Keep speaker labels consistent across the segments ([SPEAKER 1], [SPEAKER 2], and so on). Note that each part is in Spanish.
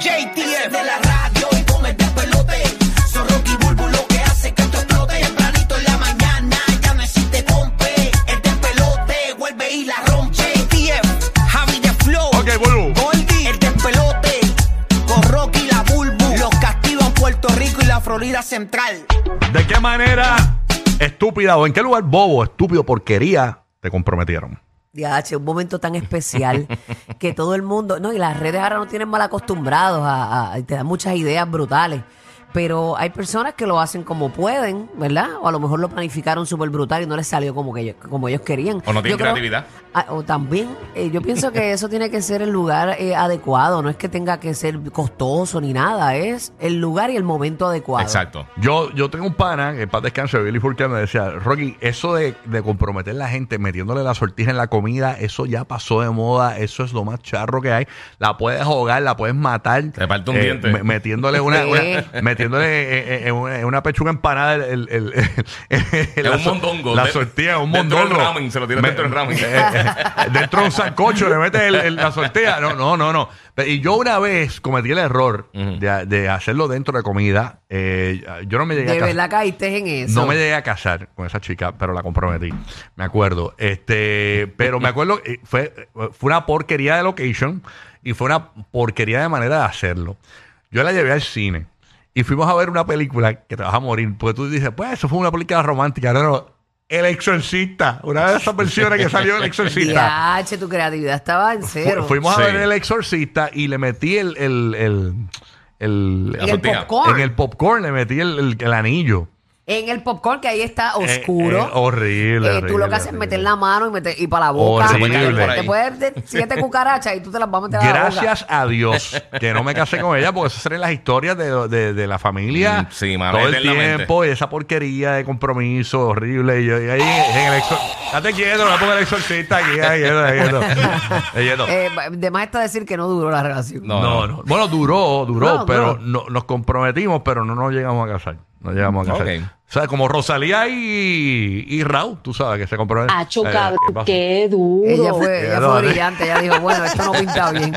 [SPEAKER 1] JTF de la radio y come de pelote. Son Rocky Bulbo lo que hace que esto explote. Tempranito en la mañana ya no existe compe. El de pelote vuelve y la rompe. JTF, Javi de Flow.
[SPEAKER 2] Ok, Bulbu.
[SPEAKER 1] Gordy, el despelote, con Rocky y la Bulbu, los castigan Puerto Rico y la Florida Central.
[SPEAKER 2] ¿De qué manera estúpida o en qué lugar bobo, estúpido, porquería te comprometieron?
[SPEAKER 3] Diache, un momento tan especial que todo el mundo, no, y las redes ahora no tienen mal acostumbrados a, a- te dan muchas ideas brutales. Pero hay personas que lo hacen como pueden, ¿verdad? O a lo mejor lo planificaron súper brutal y no les salió como que ellos- como ellos querían.
[SPEAKER 4] O no tienen
[SPEAKER 3] Yo creo-
[SPEAKER 4] creatividad.
[SPEAKER 3] Ah, o también, eh, yo pienso que eso tiene que ser el lugar eh, adecuado. No es que tenga que ser costoso ni nada. Es el lugar y el momento adecuado.
[SPEAKER 4] Exacto.
[SPEAKER 2] Yo, yo tengo un pana, que para descanso, Billy Furcan me decía, Rocky, eso de, de comprometer la gente metiéndole la sortija en la comida, eso ya pasó de moda, eso es lo más charro que hay. La puedes ahogar, la puedes matar. eh,
[SPEAKER 4] Te parte un diente.
[SPEAKER 2] me- metiéndole una,
[SPEAKER 3] Sí.
[SPEAKER 2] una- metiéndole eh, eh, eh, una, una pechuga empanada el, el, el- el-
[SPEAKER 4] Es
[SPEAKER 2] la
[SPEAKER 4] un
[SPEAKER 2] so-
[SPEAKER 4] mondongo.
[SPEAKER 2] La
[SPEAKER 4] De-
[SPEAKER 2] sortija, un
[SPEAKER 4] dentro
[SPEAKER 2] mondongo.
[SPEAKER 4] del ramen, se lo tira dentro del ramen.
[SPEAKER 2] eh, dentro de un sancocho, le metes el- el- la sortija. No, no, no, no. Pe- Y yo una vez cometí el error
[SPEAKER 4] Ujú.
[SPEAKER 2] de, de hacerlo dentro de comida. Eh, yo no me llegué
[SPEAKER 3] De
[SPEAKER 2] a casar.
[SPEAKER 3] verdad caíste en eso.
[SPEAKER 2] No me llegué a casar con esa chica, pero la comprometí. Me acuerdo. Este, pero me acuerdo, eh, fue, fue una porquería de location y fue una porquería de manera de hacerlo. Yo la llevé al cine y fuimos a ver una película que te vas a morir. Porque tú dices, pues eso fue una película romántica. No, no. El Exorcista. Una de esas versiones que salió El Exorcista.
[SPEAKER 3] Diache, tu creatividad estaba en
[SPEAKER 2] Fu-
[SPEAKER 3] cero.
[SPEAKER 2] fuimos
[SPEAKER 4] Sí.
[SPEAKER 2] a ver El Exorcista y le metí el. el, el, el-
[SPEAKER 4] La
[SPEAKER 3] en el
[SPEAKER 4] sortija.
[SPEAKER 3] popcorn.
[SPEAKER 2] en el popcorn le metí el- el- el anillo.
[SPEAKER 3] En el popcorn, que ahí está
[SPEAKER 2] Eh,
[SPEAKER 3] oscuro.
[SPEAKER 2] eh, horrible,
[SPEAKER 3] Eh, tú lo
[SPEAKER 2] horrible,
[SPEAKER 3] que haces es
[SPEAKER 2] horrible.
[SPEAKER 3] meter la mano y, meter, y para la boca.
[SPEAKER 2] Horrible.
[SPEAKER 3] Te puedes- Te
[SPEAKER 4] Ahí.
[SPEAKER 3] puedes de- siete cucarachas y tú te las vas a meter a la boca.
[SPEAKER 2] Gracias a Dios que no me casé con ella, porque esas serían las historias de, de- de la familia.
[SPEAKER 4] Mm, sí, mano,
[SPEAKER 2] todo el
[SPEAKER 4] eternamente.
[SPEAKER 2] tiempo y esa porquería de compromiso horrible. Y, yo- y ahí en el exor- Date quieto, no pongo el exorcista aquí. ahí, quieto, ahí, quieto. Ahí, quieto.
[SPEAKER 3] Eh, de más está decir que no duró la relación.
[SPEAKER 4] No.
[SPEAKER 2] No, no. Bueno, duró, duró,
[SPEAKER 3] No,
[SPEAKER 2] pero
[SPEAKER 3] duró.
[SPEAKER 2] no- nos comprometimos, pero no nos llegamos a casar. No llegamos a casar.
[SPEAKER 4] Ok.
[SPEAKER 2] O sea, como Rosalía y, y Raúl, tú sabes que se comprometieron.
[SPEAKER 5] Acho,
[SPEAKER 2] Eh,
[SPEAKER 5] cabrón,
[SPEAKER 2] ¿qué pasó?
[SPEAKER 5] qué duro.
[SPEAKER 3] Ella fue, ella fue
[SPEAKER 2] Perdón.
[SPEAKER 3] brillante. Ella dijo, bueno, esto no pinta bien.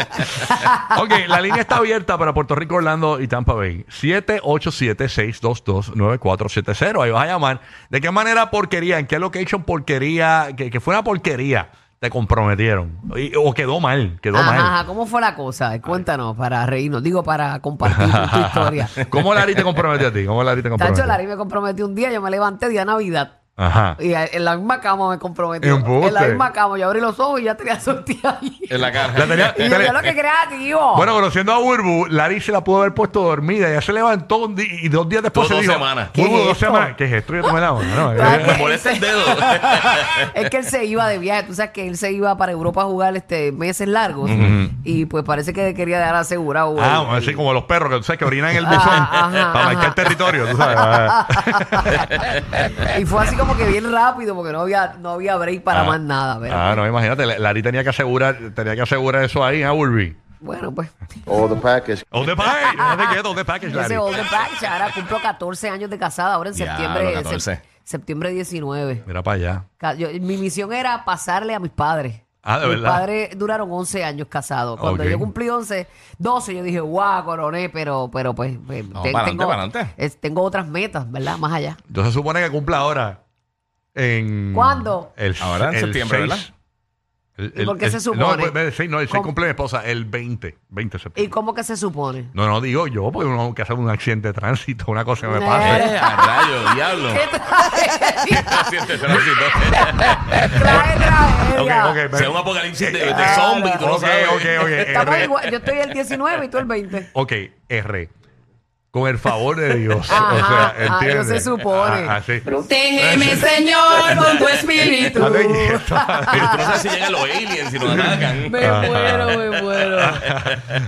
[SPEAKER 2] Ok, la línea está abierta para Puerto Rico, Orlando y Tampa Bay. 787-622-9470. Ahí vas a llamar. ¿De qué manera porquería? ¿En qué location porquería? Que, que fue una porquería. Te comprometieron. Y- o quedó mal. Quedó
[SPEAKER 3] Ajá,
[SPEAKER 2] mal.
[SPEAKER 3] ajá, ¿cómo fue la cosa? Cuéntanos para reírnos. Digo, para compartir tu, tu historia.
[SPEAKER 2] ¿Cómo Larry te comprometió a ti? ¿Cómo Larry te comprometió?
[SPEAKER 3] Tacho, Larry me comprometió un día. Yo me levanté día de Navidad.
[SPEAKER 2] Ajá.
[SPEAKER 3] Y a- en la misma cama me comprometió.
[SPEAKER 2] Embuste.
[SPEAKER 3] En la misma cama. Yo abrí los ojos y ya tenía sortija ahí.
[SPEAKER 4] En la cara.
[SPEAKER 2] La tenía-
[SPEAKER 3] Y yo,
[SPEAKER 2] tele-
[SPEAKER 3] yo lo que creativo.
[SPEAKER 2] Bueno, conociendo a Burbu, Larry se la pudo haber puesto dormida. Ya se levantó un di- y dos días después
[SPEAKER 4] Dos-
[SPEAKER 2] se
[SPEAKER 4] dos
[SPEAKER 2] dijo...
[SPEAKER 4] semanas.
[SPEAKER 3] ¿Qué
[SPEAKER 2] Burbu,
[SPEAKER 3] es
[SPEAKER 2] dos
[SPEAKER 3] esto?
[SPEAKER 2] semanas. ¿Qué es esto? Yo tomé la mano, ¿no?
[SPEAKER 3] Claro.
[SPEAKER 4] Me molesta el dedo.
[SPEAKER 3] es que él se iba de viaje. Tú sabes que él se iba para Europa a jugar este meses largos. Y pues parece que quería dejar asegurado.
[SPEAKER 2] Ah,
[SPEAKER 3] el-
[SPEAKER 2] vamos a decir como los perros que tú sabes que orinan en el
[SPEAKER 3] Ah,
[SPEAKER 2] buzón
[SPEAKER 3] ajá,
[SPEAKER 2] para marcar
[SPEAKER 3] ajá.
[SPEAKER 2] territorio, tú sabes. Ah,
[SPEAKER 3] y fue así como que bien rápido porque no había, no había break para
[SPEAKER 2] Ah.
[SPEAKER 3] más nada. ¿verdad?
[SPEAKER 2] Ah, no, imagínate, la- Larry tenía que asegurar, tenía que asegurar eso ahí, ¿ah, Burby?
[SPEAKER 3] Bueno, pues.
[SPEAKER 6] All the package.
[SPEAKER 2] On the package, déjate quieto, on the package,
[SPEAKER 3] Ese
[SPEAKER 2] Larry.
[SPEAKER 3] Older Pack, ahora cumplo 14 años de casada. Ahora en
[SPEAKER 4] Diablo,
[SPEAKER 3] septiembre.
[SPEAKER 4] 14.
[SPEAKER 3] sep- septiembre 19.
[SPEAKER 2] Mira para allá.
[SPEAKER 3] Ca- yo- mi misión era pasarle a mis padres.
[SPEAKER 2] Ah, ¿de
[SPEAKER 3] mis
[SPEAKER 2] verdad?
[SPEAKER 3] padres duraron 11 años casados. Cuando
[SPEAKER 2] Ok.
[SPEAKER 3] yo cumplí 11, 12, yo dije, guau, coroné, pero, pero pues, pues,
[SPEAKER 4] No,
[SPEAKER 3] ten-
[SPEAKER 4] pa'lante,
[SPEAKER 3] tengo,
[SPEAKER 4] pa'lante.
[SPEAKER 3] es- tengo otras metas, ¿verdad? Más allá.
[SPEAKER 2] Yo se supone que cumple ahora en...
[SPEAKER 3] ¿Cuándo?
[SPEAKER 2] El,
[SPEAKER 4] Ahora en
[SPEAKER 2] el
[SPEAKER 4] septiembre,
[SPEAKER 2] seis.
[SPEAKER 4] ¿verdad?
[SPEAKER 2] El-
[SPEAKER 3] ¿Y
[SPEAKER 2] el-
[SPEAKER 3] por qué
[SPEAKER 2] el-
[SPEAKER 3] se supone?
[SPEAKER 2] No, el- el seis no, el seis
[SPEAKER 3] ¿Cómo?
[SPEAKER 2] cumple mi esposa, el 20, 20 de
[SPEAKER 3] ¿Y
[SPEAKER 2] septiembre.
[SPEAKER 3] cómo que se supone?
[SPEAKER 2] No, no, digo yo, porque uno que hace un accidente de tránsito, una cosa que me pasa.
[SPEAKER 4] Eh, a rayo, diablo. Siente, se lo
[SPEAKER 2] Eh,
[SPEAKER 4] siento.
[SPEAKER 3] Trae tragedia.
[SPEAKER 2] Ok, ok,
[SPEAKER 4] Sea un apocalipsis de, de zombies, tú no
[SPEAKER 2] Ah, Ok,
[SPEAKER 4] sabes.
[SPEAKER 2] ok, ok,
[SPEAKER 3] Estamos
[SPEAKER 2] R.
[SPEAKER 3] igual. Yo estoy el 19 y tú el 20.
[SPEAKER 2] Ok, R. Con el favor de Dios.
[SPEAKER 3] Ajá,
[SPEAKER 2] o sea,
[SPEAKER 3] ah,
[SPEAKER 2] entiende.
[SPEAKER 3] no se supone.
[SPEAKER 2] Ah, ah, sí. Ah,
[SPEAKER 5] Protégeme, Señor, con tu espíritu.
[SPEAKER 2] Dale quieto.
[SPEAKER 4] Pero tú no sabes si llegan los aliens, si nos atacan.
[SPEAKER 3] Me muero, me muero.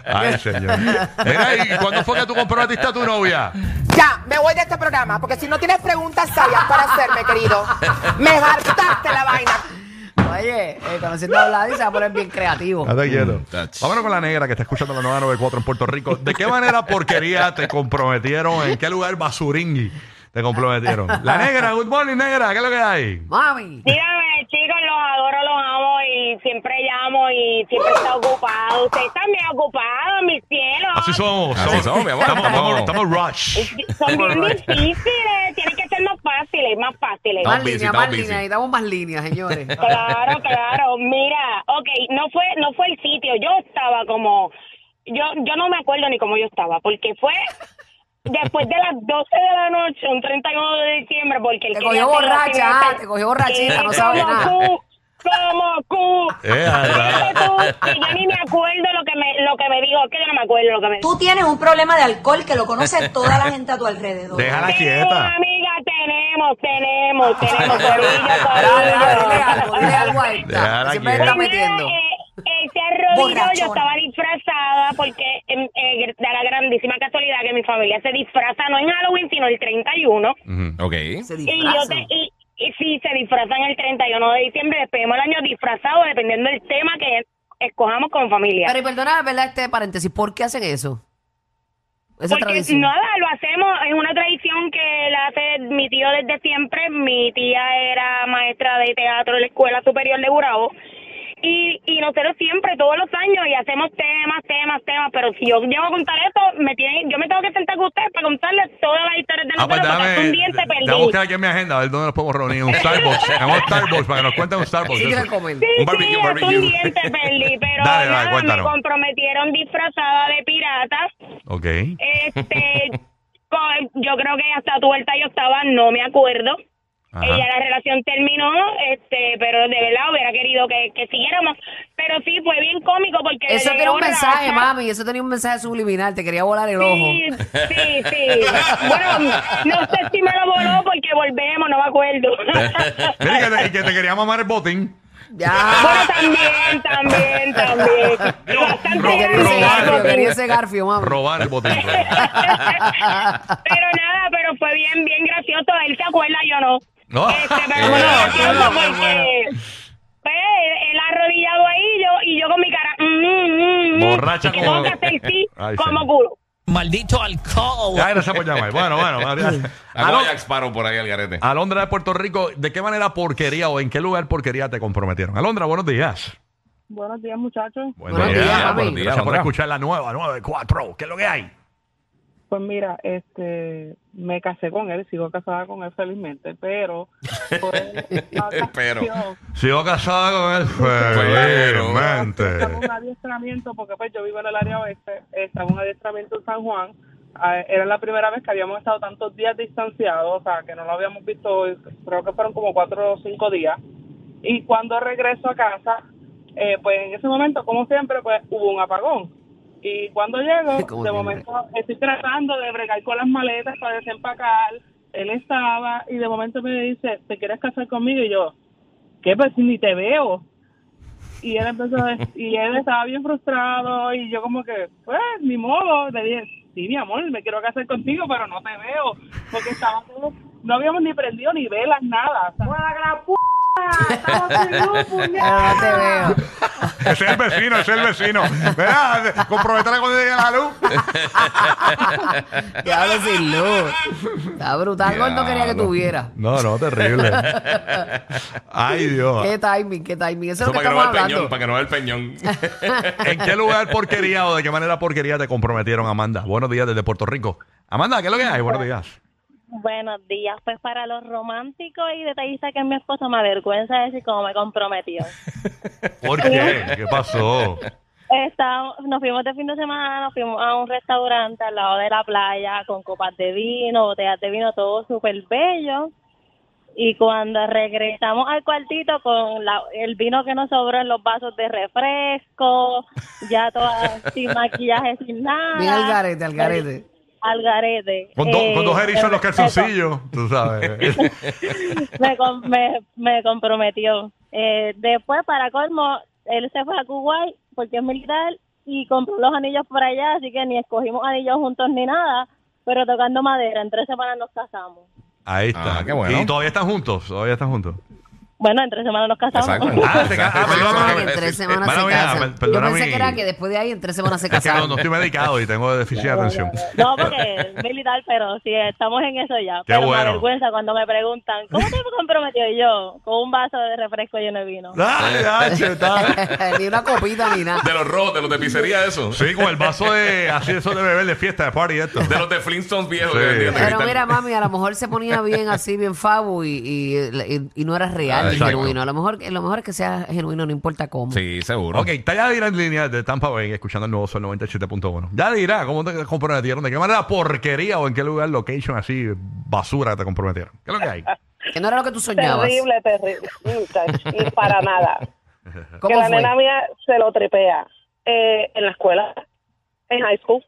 [SPEAKER 2] Ay, señor. Mira, ¿y cuándo fue que tú comprometiste a tu novia?
[SPEAKER 7] Ya, me voy de este programa, porque si no tienes preguntas sabias para hacerme, querido, me hartaste la vaina.
[SPEAKER 3] Oye, eh, conociendo a Vladi se va a poner bien creativo.
[SPEAKER 2] Date quieto.
[SPEAKER 4] touch.
[SPEAKER 2] Mm, Vámonos con la negra que está escuchando la 994 en Puerto Rico. ¿De qué manera porquería te comprometieron? ¿En qué lugar basuringui Te comprometieron. La negra, good morning, negra. ¿Qué es lo que hay?
[SPEAKER 3] Mami.
[SPEAKER 6] Dígame, chicos, los adoro, los amo y siempre llamo y siempre está ocupado. Ustedes están bien ocupados, mis cielos.
[SPEAKER 4] Así somos.
[SPEAKER 6] Son-
[SPEAKER 4] somos,
[SPEAKER 6] son, mi amor,
[SPEAKER 4] Estamos, estamos,
[SPEAKER 6] estamos-
[SPEAKER 4] estamos rush.
[SPEAKER 6] Son bien difíciles, tienen que ser más fáciles, más fáciles.
[SPEAKER 4] Estamos
[SPEAKER 3] Más
[SPEAKER 4] busy,
[SPEAKER 3] líneas,
[SPEAKER 4] estamos
[SPEAKER 3] más
[SPEAKER 4] busy.
[SPEAKER 3] líneas. Necesitamos más líneas, señores.
[SPEAKER 6] Claro, claro. Mira, ok, no fue, no fue el sitio. Yo estaba como, yo, yo no me acuerdo ni cómo yo estaba, porque fue después de las 12 de la noche, un 31 de diciembre, porque el
[SPEAKER 3] Te cogió borracha, ah, te cogió borrachita, no sabe nada.
[SPEAKER 6] Como cu,
[SPEAKER 2] Eh, a
[SPEAKER 6] Fíjate tú, que yo ni me acuerdo lo que me, lo que me dijo, que yo no me acuerdo lo que me dijo.
[SPEAKER 8] Tú tienes un problema de alcohol que lo conoce toda la gente a tu alrededor.
[SPEAKER 2] Déjala
[SPEAKER 6] Tenemos,
[SPEAKER 2] quieta.
[SPEAKER 6] amiga, tenemos, tenemos, tenemos, corillo,
[SPEAKER 3] Dale, dale, dile
[SPEAKER 6] corillo.
[SPEAKER 3] algo, dile algo ahí.
[SPEAKER 2] Déjala
[SPEAKER 3] Siempre me está
[SPEAKER 6] Pues mira,
[SPEAKER 3] metiendo.
[SPEAKER 6] eh, ese arrodillo
[SPEAKER 8] Borrachona.
[SPEAKER 6] yo estaba disfrazada porque em, eh, da la grandísima casualidad que mi familia se disfraza no en Halloween sino el 31
[SPEAKER 4] Ujú, Ok.
[SPEAKER 3] Se
[SPEAKER 6] y yo
[SPEAKER 3] disfraza.
[SPEAKER 6] te, y, y si se disfrazan el 31 de diciembre despedimos el año disfrazado dependiendo del tema que escojamos con familia.
[SPEAKER 3] Pero y perdona, ¿verdad? Este paréntesis, ¿por qué hacen eso? Esa
[SPEAKER 6] Porque
[SPEAKER 3] tradición.
[SPEAKER 6] nada, lo hacemos, es una tradición que la hace mi tío desde siempre. Mi tía era maestra de teatro en la Escuela Superior de Gurabo. Y, y nosotros siempre, todos los años, y hacemos temas, temas, temas. Pero si yo llego a contar esto, me tienen, yo me tengo que sentar con ustedes para contarles todas las historias de
[SPEAKER 2] Ah, pues
[SPEAKER 6] nosotros. porque es
[SPEAKER 2] dame.
[SPEAKER 6] un día se
[SPEAKER 2] Déjame buscar aquí en mi agenda a ver dónde nos podemos reunir. Un Starbucks. Hagamos Starbucks para que nos cuenten un Starbucks.
[SPEAKER 3] ¿Qué quieren
[SPEAKER 2] Eso.
[SPEAKER 3] comer?
[SPEAKER 6] Sí,
[SPEAKER 4] Un barbecue,
[SPEAKER 6] sí,
[SPEAKER 4] un
[SPEAKER 6] es un
[SPEAKER 4] barbecue.
[SPEAKER 6] diente perdí, pero
[SPEAKER 2] Dale, dale,
[SPEAKER 6] nada, me
[SPEAKER 2] cuéntanos.
[SPEAKER 6] comprometieron disfrazada de pirata.
[SPEAKER 2] Ok.
[SPEAKER 6] Este, con- yo creo que hasta tuerta yo estaba, no me acuerdo.
[SPEAKER 2] Ajá.
[SPEAKER 6] Ella la relación terminó, este, pero de verdad hubiera querido que, que siguiéramos. Pero sí, fue bien cómico porque...
[SPEAKER 3] Eso
[SPEAKER 6] le
[SPEAKER 3] tenía un
[SPEAKER 6] llegó
[SPEAKER 3] mensaje,
[SPEAKER 6] racha.
[SPEAKER 3] mami. Eso tenía un mensaje subliminal. Te quería volar el ojo.
[SPEAKER 6] Sí, sí, sí. Bueno, no sé si me lo voló porque volvemos, no me acuerdo.
[SPEAKER 2] Mira, y que te, y que te quería mamar el botín.
[SPEAKER 3] Ya.
[SPEAKER 6] bueno, también, también, también. Bastante
[SPEAKER 2] Ro-
[SPEAKER 3] Quería ese
[SPEAKER 2] robar,
[SPEAKER 6] grande.
[SPEAKER 3] garfio,
[SPEAKER 2] robar.
[SPEAKER 3] quería ese garfio, mami.
[SPEAKER 2] Robar el botín.
[SPEAKER 6] pero nada, pero fue bien, bien gracioso. Él se acuerda, yo no.
[SPEAKER 2] No. Eh,
[SPEAKER 6] Este, pero fue
[SPEAKER 4] Bueno,
[SPEAKER 6] gracioso
[SPEAKER 4] bueno,
[SPEAKER 6] porque pues, él- él arrodillado ahí y yo, y yo con mi cara. mm, mm, mm,
[SPEAKER 2] Borracha
[SPEAKER 6] y que
[SPEAKER 2] como-
[SPEAKER 6] tengo que hacer sí
[SPEAKER 2] Ay,
[SPEAKER 6] como
[SPEAKER 2] sí.
[SPEAKER 6] culo.
[SPEAKER 1] Maldito alcohol.
[SPEAKER 2] Ya gracias por llamar. Bueno, bueno. María. Alon-
[SPEAKER 4] Ajax paro por ahí al garete.
[SPEAKER 2] Alondra de Puerto Rico, ¿de qué manera porquería o en qué lugar porquería te comprometieron? Alondra, buenos días.
[SPEAKER 9] Buenos días, muchachos.
[SPEAKER 3] Buenos días, mami.
[SPEAKER 4] buenos días,
[SPEAKER 2] Gracias por
[SPEAKER 4] Alondra.
[SPEAKER 2] escuchar la nueva, 94. ¿Qué es lo que hay?
[SPEAKER 9] Pues mira, este, me casé con él, sigo casada con él felizmente, pero fue una
[SPEAKER 4] Pero.
[SPEAKER 9] ocasión,
[SPEAKER 2] Sigo casado con él.
[SPEAKER 4] Pero.
[SPEAKER 9] estaba
[SPEAKER 2] Felizmente.
[SPEAKER 9] un adiestramiento, porque pues yo vivo en el área oeste, estaba un adiestramiento en San Juan, ah, era la primera vez que habíamos estado tantos días distanciados, o sea, que no lo habíamos visto, creo que fueron como cuatro o cinco días, y cuando regreso a casa, eh, pues en ese momento, como siempre, pues hubo un apagón. Y cuando llego,
[SPEAKER 3] Como
[SPEAKER 9] de
[SPEAKER 3] siempre.
[SPEAKER 9] momento estoy tratando de bregar con las maletas para desempacar. Él estaba y de momento me dice, ¿te quieres casar conmigo? Y yo, ¿qué? Pues ni te veo. Y él empezó a decir- y él estaba bien frustrado y yo como que, pues, ni modo. Le dije, sí, mi amor, me quiero casar contigo, pero no te veo. Porque estaba todo- no habíamos ni prendido ni velas, nada. O sea,
[SPEAKER 3] Ah, te veo.
[SPEAKER 2] Ese es el vecino, ese es el vecino. ¿Verdad? Comprometerla cuando llegue la luz.
[SPEAKER 3] Te hablo sin luz. Está brutal.
[SPEAKER 4] Ya,
[SPEAKER 3] no quería que
[SPEAKER 4] no.
[SPEAKER 3] tuviera.
[SPEAKER 2] No, no, terrible. Ay, Dios.
[SPEAKER 3] Qué timing, qué timing. Eso es
[SPEAKER 4] Eso
[SPEAKER 3] lo que
[SPEAKER 4] para que no
[SPEAKER 3] estamos
[SPEAKER 4] vea el
[SPEAKER 3] hablando.
[SPEAKER 4] peñón, para que no vea el peñón.
[SPEAKER 2] ¿En qué lugar porquería o de qué manera porquería te comprometieron, Amanda? Buenos días desde Puerto Rico. Amanda, ¿qué es lo que hay? Buenos días.
[SPEAKER 6] Buenos días, pues para los románticos y detallistas que es mi esposa, me avergüenza decir cómo me comprometió.
[SPEAKER 2] ¿Por qué? ¿Qué pasó?
[SPEAKER 6] Está- nos fuimos de fin de semana, nos fuimos a un restaurante al lado de la playa con copas de vino, botellas de vino, todo súper bello. Y cuando regresamos al cuartito con la- el vino que nos sobró en los vasos de refresco, ya todas sin maquillaje, sin nada.
[SPEAKER 3] Bien al garete, al garete.
[SPEAKER 6] Al garete.
[SPEAKER 2] Con, do-
[SPEAKER 6] Eh,
[SPEAKER 2] con dos erizos en los
[SPEAKER 6] me-
[SPEAKER 2] calzoncillos, tú sabes.
[SPEAKER 6] me, com- me, me comprometió. Eh, después, para colmo, él se fue a Kuwait porque es militar y compró los anillos por allá, así que ni escogimos anillos juntos ni nada, pero tocando madera, en tres semanas nos casamos.
[SPEAKER 2] Ahí está.
[SPEAKER 4] Ah, qué bueno.
[SPEAKER 2] ¿Y todavía están juntos? ¿Todavía están juntos?
[SPEAKER 9] Bueno, entre semanas nos casamos.
[SPEAKER 4] Exacto.
[SPEAKER 2] Ah, se ca- ah, perdóname.
[SPEAKER 3] Ah, que en tres semanas se casan. Yo pensé que era que después de ahí en tres semanas se
[SPEAKER 2] Es que no,
[SPEAKER 3] casaban.
[SPEAKER 2] no estoy medicado y tengo déficit de atención.
[SPEAKER 9] No, porque es militar, pero sí, estamos en eso ya.
[SPEAKER 2] Qué
[SPEAKER 9] pero me
[SPEAKER 2] bueno.
[SPEAKER 9] avergüenza cuando me preguntan, ¿cómo te comprometió Y yo? Con un vaso de refresco lleno de vino.
[SPEAKER 2] Dale, dale, está.
[SPEAKER 3] ni una copita ni nada.
[SPEAKER 4] De los rojos, de los de pizzería, eso.
[SPEAKER 2] Sí, con el vaso de así eso de beber de fiesta, de party esto.
[SPEAKER 4] De los de Flintstones viejos.
[SPEAKER 2] Sí.
[SPEAKER 4] que vendían
[SPEAKER 3] Pero
[SPEAKER 4] ahorita.
[SPEAKER 3] mira, mami, a lo mejor se ponía bien así, bien fabu y, y, y- y no era real
[SPEAKER 4] Ah,
[SPEAKER 3] ni
[SPEAKER 4] exacto.
[SPEAKER 3] genuino. A lo mejor, lo mejor es que sea genuino, no importa cómo.
[SPEAKER 4] Sí, seguro.
[SPEAKER 2] Ok, está Yadira en línea de Tampa Bay escuchando el nuevo Sol 97.1. Yadira, ¿cómo te comprometieron? ¿De qué manera porquería o en qué lugar, location así, basura te comprometieron? ¿Qué es lo que hay?
[SPEAKER 3] Que no era lo que tú soñabas.
[SPEAKER 6] Terrible, terrible. muchachos, Y para nada. Que
[SPEAKER 3] ¿Cómo
[SPEAKER 6] la
[SPEAKER 3] fue?
[SPEAKER 6] nena mía se lo tripea. Eh, en la escuela, en high school,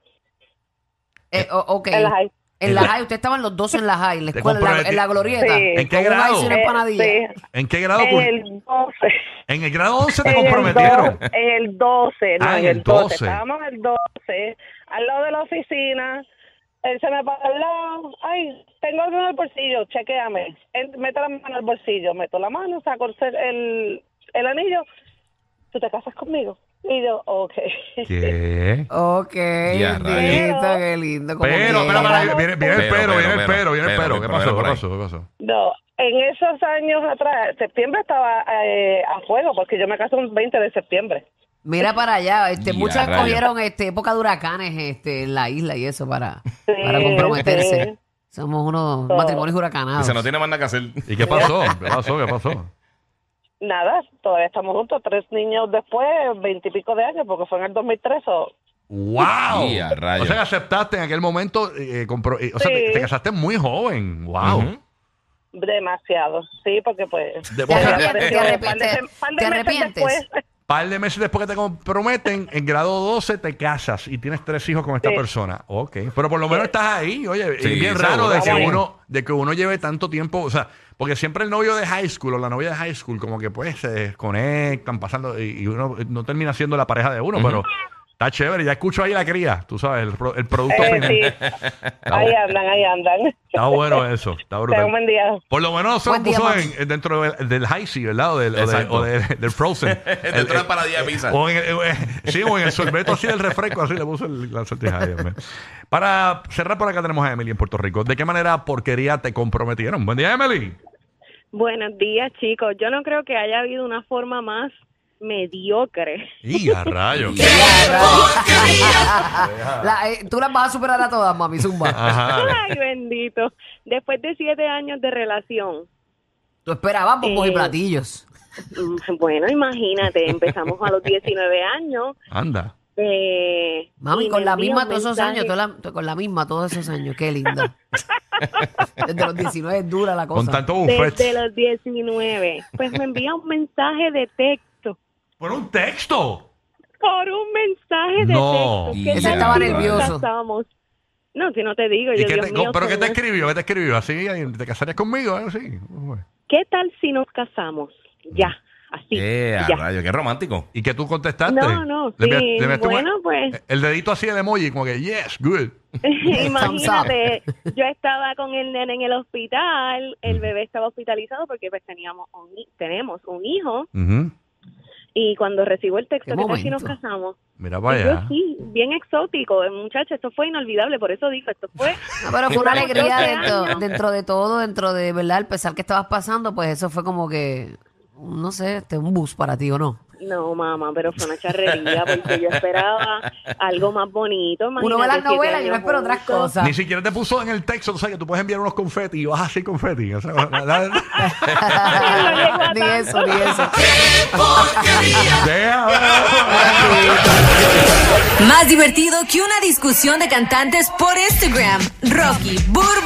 [SPEAKER 3] Eh, o- ok.
[SPEAKER 6] en la high.
[SPEAKER 3] En la high, ustedes estaban los dos en la high, en la
[SPEAKER 2] Te
[SPEAKER 3] escuela, en la- en la,
[SPEAKER 2] comprometi-
[SPEAKER 3] glorieta.
[SPEAKER 6] Sí.
[SPEAKER 2] ¿En qué
[SPEAKER 3] Con un
[SPEAKER 2] grado?
[SPEAKER 3] ice y una
[SPEAKER 6] Eh,
[SPEAKER 3] empanadilla.
[SPEAKER 6] sí,
[SPEAKER 2] ¿En qué grado?
[SPEAKER 6] en
[SPEAKER 2] cul-
[SPEAKER 6] el 12.
[SPEAKER 2] En el grado 11 te
[SPEAKER 6] En el
[SPEAKER 2] comprometieron.
[SPEAKER 6] do- En el 12, no,
[SPEAKER 2] Ah,
[SPEAKER 6] en
[SPEAKER 2] en el
[SPEAKER 6] el 12.
[SPEAKER 2] 12.
[SPEAKER 6] Estábamos en el 12, al lado de la oficina. Él se me paró al lado. Ay, tengo algo en el bolsillo, chequéame. Él mete la mano al bolsillo, meto la mano, saco el, cel- el, el anillo. ¿Tú te casas conmigo? Y yo, ok.
[SPEAKER 2] ¿Qué?
[SPEAKER 3] Ok,
[SPEAKER 4] Ya,
[SPEAKER 3] bendito, qué lindo. como
[SPEAKER 2] Pero,
[SPEAKER 3] que-
[SPEAKER 2] pero, pero, viene, viene el pero,
[SPEAKER 4] Pero, pero,
[SPEAKER 2] viene el
[SPEAKER 4] pero,
[SPEAKER 2] pero, viene el
[SPEAKER 4] pero,
[SPEAKER 2] pero. ¿Qué
[SPEAKER 4] pero,
[SPEAKER 2] pasó? ¿Qué
[SPEAKER 4] pero,
[SPEAKER 2] pasó? ¿Qué pasó?
[SPEAKER 6] No, en esos años atrás, septiembre estaba eh, a fuego, porque yo me casé un 20 de septiembre.
[SPEAKER 3] Mira para allá, este,
[SPEAKER 4] Ya,
[SPEAKER 3] muchas
[SPEAKER 4] rayo.
[SPEAKER 3] cogieron este, época de huracanes este, en la isla y eso para,
[SPEAKER 6] Sí,
[SPEAKER 3] para comprometerse.
[SPEAKER 6] sí.
[SPEAKER 3] Somos unos
[SPEAKER 6] Todo.
[SPEAKER 3] matrimonios
[SPEAKER 4] Dice, no
[SPEAKER 3] huracanados.
[SPEAKER 4] tiene más nada que hacer.
[SPEAKER 2] ¿Y qué pasó? ¿Qué pasó? ¿Qué pasó?
[SPEAKER 6] Nada, todavía estamos juntos, tres niños después, veintipico de años, porque fue en el 2003. o-
[SPEAKER 2] ¡Wow!
[SPEAKER 4] Y a
[SPEAKER 2] O
[SPEAKER 4] rayos.
[SPEAKER 2] sea que aceptaste en aquel momento, eh, compro- eh, o sea, te,
[SPEAKER 6] Sí.
[SPEAKER 2] te casaste muy joven. ¡Wow!
[SPEAKER 4] Ujú.
[SPEAKER 6] demasiado, sí, porque pues...
[SPEAKER 2] De-
[SPEAKER 3] ¿Te
[SPEAKER 2] o sea,
[SPEAKER 3] arrepientes? ¿Te arrepientes?
[SPEAKER 6] Par de- par de
[SPEAKER 3] ¿Te
[SPEAKER 6] meses
[SPEAKER 3] arrepientes?
[SPEAKER 6] después.
[SPEAKER 2] par de meses después que te comprometen, en grado 12 te casas y tienes tres hijos con esta
[SPEAKER 6] Sí.
[SPEAKER 2] persona. Ok. Pero por lo menos estás ahí, oye,
[SPEAKER 4] Sí,
[SPEAKER 2] es bien
[SPEAKER 4] seguro,
[SPEAKER 2] raro de que,
[SPEAKER 4] seguro.
[SPEAKER 2] uno, de que uno lleve tanto tiempo, o sea, porque siempre el novio de high school o la novia de high school como que pues se desconectan, pasando y, y uno eh, no termina siendo la pareja de uno, pero está chévere. Ya escucho ahí la cría, tú sabes, el, pro- el producto
[SPEAKER 6] Eh,
[SPEAKER 2] final.
[SPEAKER 6] sí, ahí andan, ahí andan.
[SPEAKER 2] Está bueno eso, está
[SPEAKER 6] Tengan un
[SPEAKER 2] brutal.
[SPEAKER 6] buen día.
[SPEAKER 2] Por lo menos se
[SPEAKER 3] Buen
[SPEAKER 2] lo
[SPEAKER 3] día,
[SPEAKER 2] puso
[SPEAKER 3] mami.
[SPEAKER 2] en- en dentro del, del high sea, ¿verdad? O del, o del-
[SPEAKER 4] Exacto.
[SPEAKER 2] o del- del Frozen.
[SPEAKER 4] Te
[SPEAKER 2] El-
[SPEAKER 4] trae
[SPEAKER 2] el-
[SPEAKER 4] Este para día pizza.
[SPEAKER 2] o en el, o en- sí, o en el sorbeto así del refresco, así le puso el- la sortija. Ay, Dios mío. Para cerrar, por acá tenemos a Emily en Puerto Rico. ¿De qué manera porquería te comprometieron? Buen día, Emily.
[SPEAKER 9] Buenos días, chicos. Yo no creo que haya habido una forma más mediocre.
[SPEAKER 2] Y a rayos.
[SPEAKER 3] La- eh, tú las vas a superar a todas, mami, zumba.
[SPEAKER 2] Ajá.
[SPEAKER 9] Ay, bendito. Después de siete años de relación.
[SPEAKER 3] Tú esperabas bombos y
[SPEAKER 9] Eh,
[SPEAKER 3] platillos.
[SPEAKER 9] mm, Bueno, imagínate, empezamos a los 19 años.
[SPEAKER 2] Anda.
[SPEAKER 9] eh,
[SPEAKER 3] Mami,
[SPEAKER 9] y
[SPEAKER 3] con
[SPEAKER 9] me
[SPEAKER 3] la
[SPEAKER 9] envía
[SPEAKER 3] misma
[SPEAKER 9] un
[SPEAKER 3] todos esos
[SPEAKER 9] mensaje.
[SPEAKER 3] años, toda la- con la misma todos esos años, qué linda. Desde los 19 es dura la
[SPEAKER 2] Con
[SPEAKER 3] cosa.
[SPEAKER 2] tanto
[SPEAKER 9] Desde
[SPEAKER 2] buffet.
[SPEAKER 9] los 19. Pues me envía un mensaje de texto.
[SPEAKER 2] Por un texto.
[SPEAKER 9] Por un mensaje de
[SPEAKER 2] No.
[SPEAKER 9] texto. ¿Qué
[SPEAKER 4] Ese
[SPEAKER 9] tal
[SPEAKER 4] estaba
[SPEAKER 9] si
[SPEAKER 3] nervioso.
[SPEAKER 9] nos casamos? No, si no te digo,
[SPEAKER 2] ¿Y
[SPEAKER 9] yo,
[SPEAKER 2] qué
[SPEAKER 9] Dios
[SPEAKER 2] te-
[SPEAKER 9] mío,
[SPEAKER 2] ¿Pero qué te
[SPEAKER 9] señor.
[SPEAKER 2] escribió? ¿Qué te escribió? ¿Así? ¿Te casarías conmigo? ¿Algo así?
[SPEAKER 9] ¿Qué tal si nos casamos? Ya, así.
[SPEAKER 4] Eh, a
[SPEAKER 9] ya.
[SPEAKER 4] rayo, qué romántico.
[SPEAKER 2] ¿Y que tú contestaste?
[SPEAKER 9] No, no, sí.
[SPEAKER 2] enviaste- enviaste un- Eh,
[SPEAKER 9] Bueno, pues.
[SPEAKER 2] El dedito así de emoji, como que, yes, good.
[SPEAKER 9] Imagínate, yo estaba con el nene en el hospital, el bebé estaba hospitalizado porque pues teníamos un, hi- tenemos un hijo
[SPEAKER 2] Ujú.
[SPEAKER 9] y cuando recibo el texto
[SPEAKER 3] ¿Qué
[SPEAKER 9] que casi nos
[SPEAKER 3] momento?
[SPEAKER 9] casamos,
[SPEAKER 2] Mira
[SPEAKER 9] y
[SPEAKER 2] para
[SPEAKER 9] yo
[SPEAKER 2] allá.
[SPEAKER 9] sí, bien exótico, eh, muchacho, esto fue inolvidable, por eso digo, esto fue
[SPEAKER 3] No, Ah, pero fue una alegría
[SPEAKER 9] Doce
[SPEAKER 3] dentro,
[SPEAKER 9] años.
[SPEAKER 3] dentro de todo, dentro de, ¿verdad? El pesar que estabas pasando, pues eso fue como que, no sé, este, un bus para ti o no.
[SPEAKER 9] No, mamá, pero fue una charrería porque yo esperaba algo más bonito.
[SPEAKER 3] Uno ve las
[SPEAKER 9] imagínate,
[SPEAKER 3] novelas, yo
[SPEAKER 9] siete
[SPEAKER 3] no
[SPEAKER 9] años
[SPEAKER 3] espero otras
[SPEAKER 9] juntos.
[SPEAKER 3] cosas.
[SPEAKER 2] Ni siquiera te puso en el texto, o sea, que tú puedes enviar unos confeti y vas así confeti. O sea, la- la-
[SPEAKER 3] ni eso, ni eso.
[SPEAKER 10] Más divertido que una discusión de cantantes por Instagram. Rocky, Burbu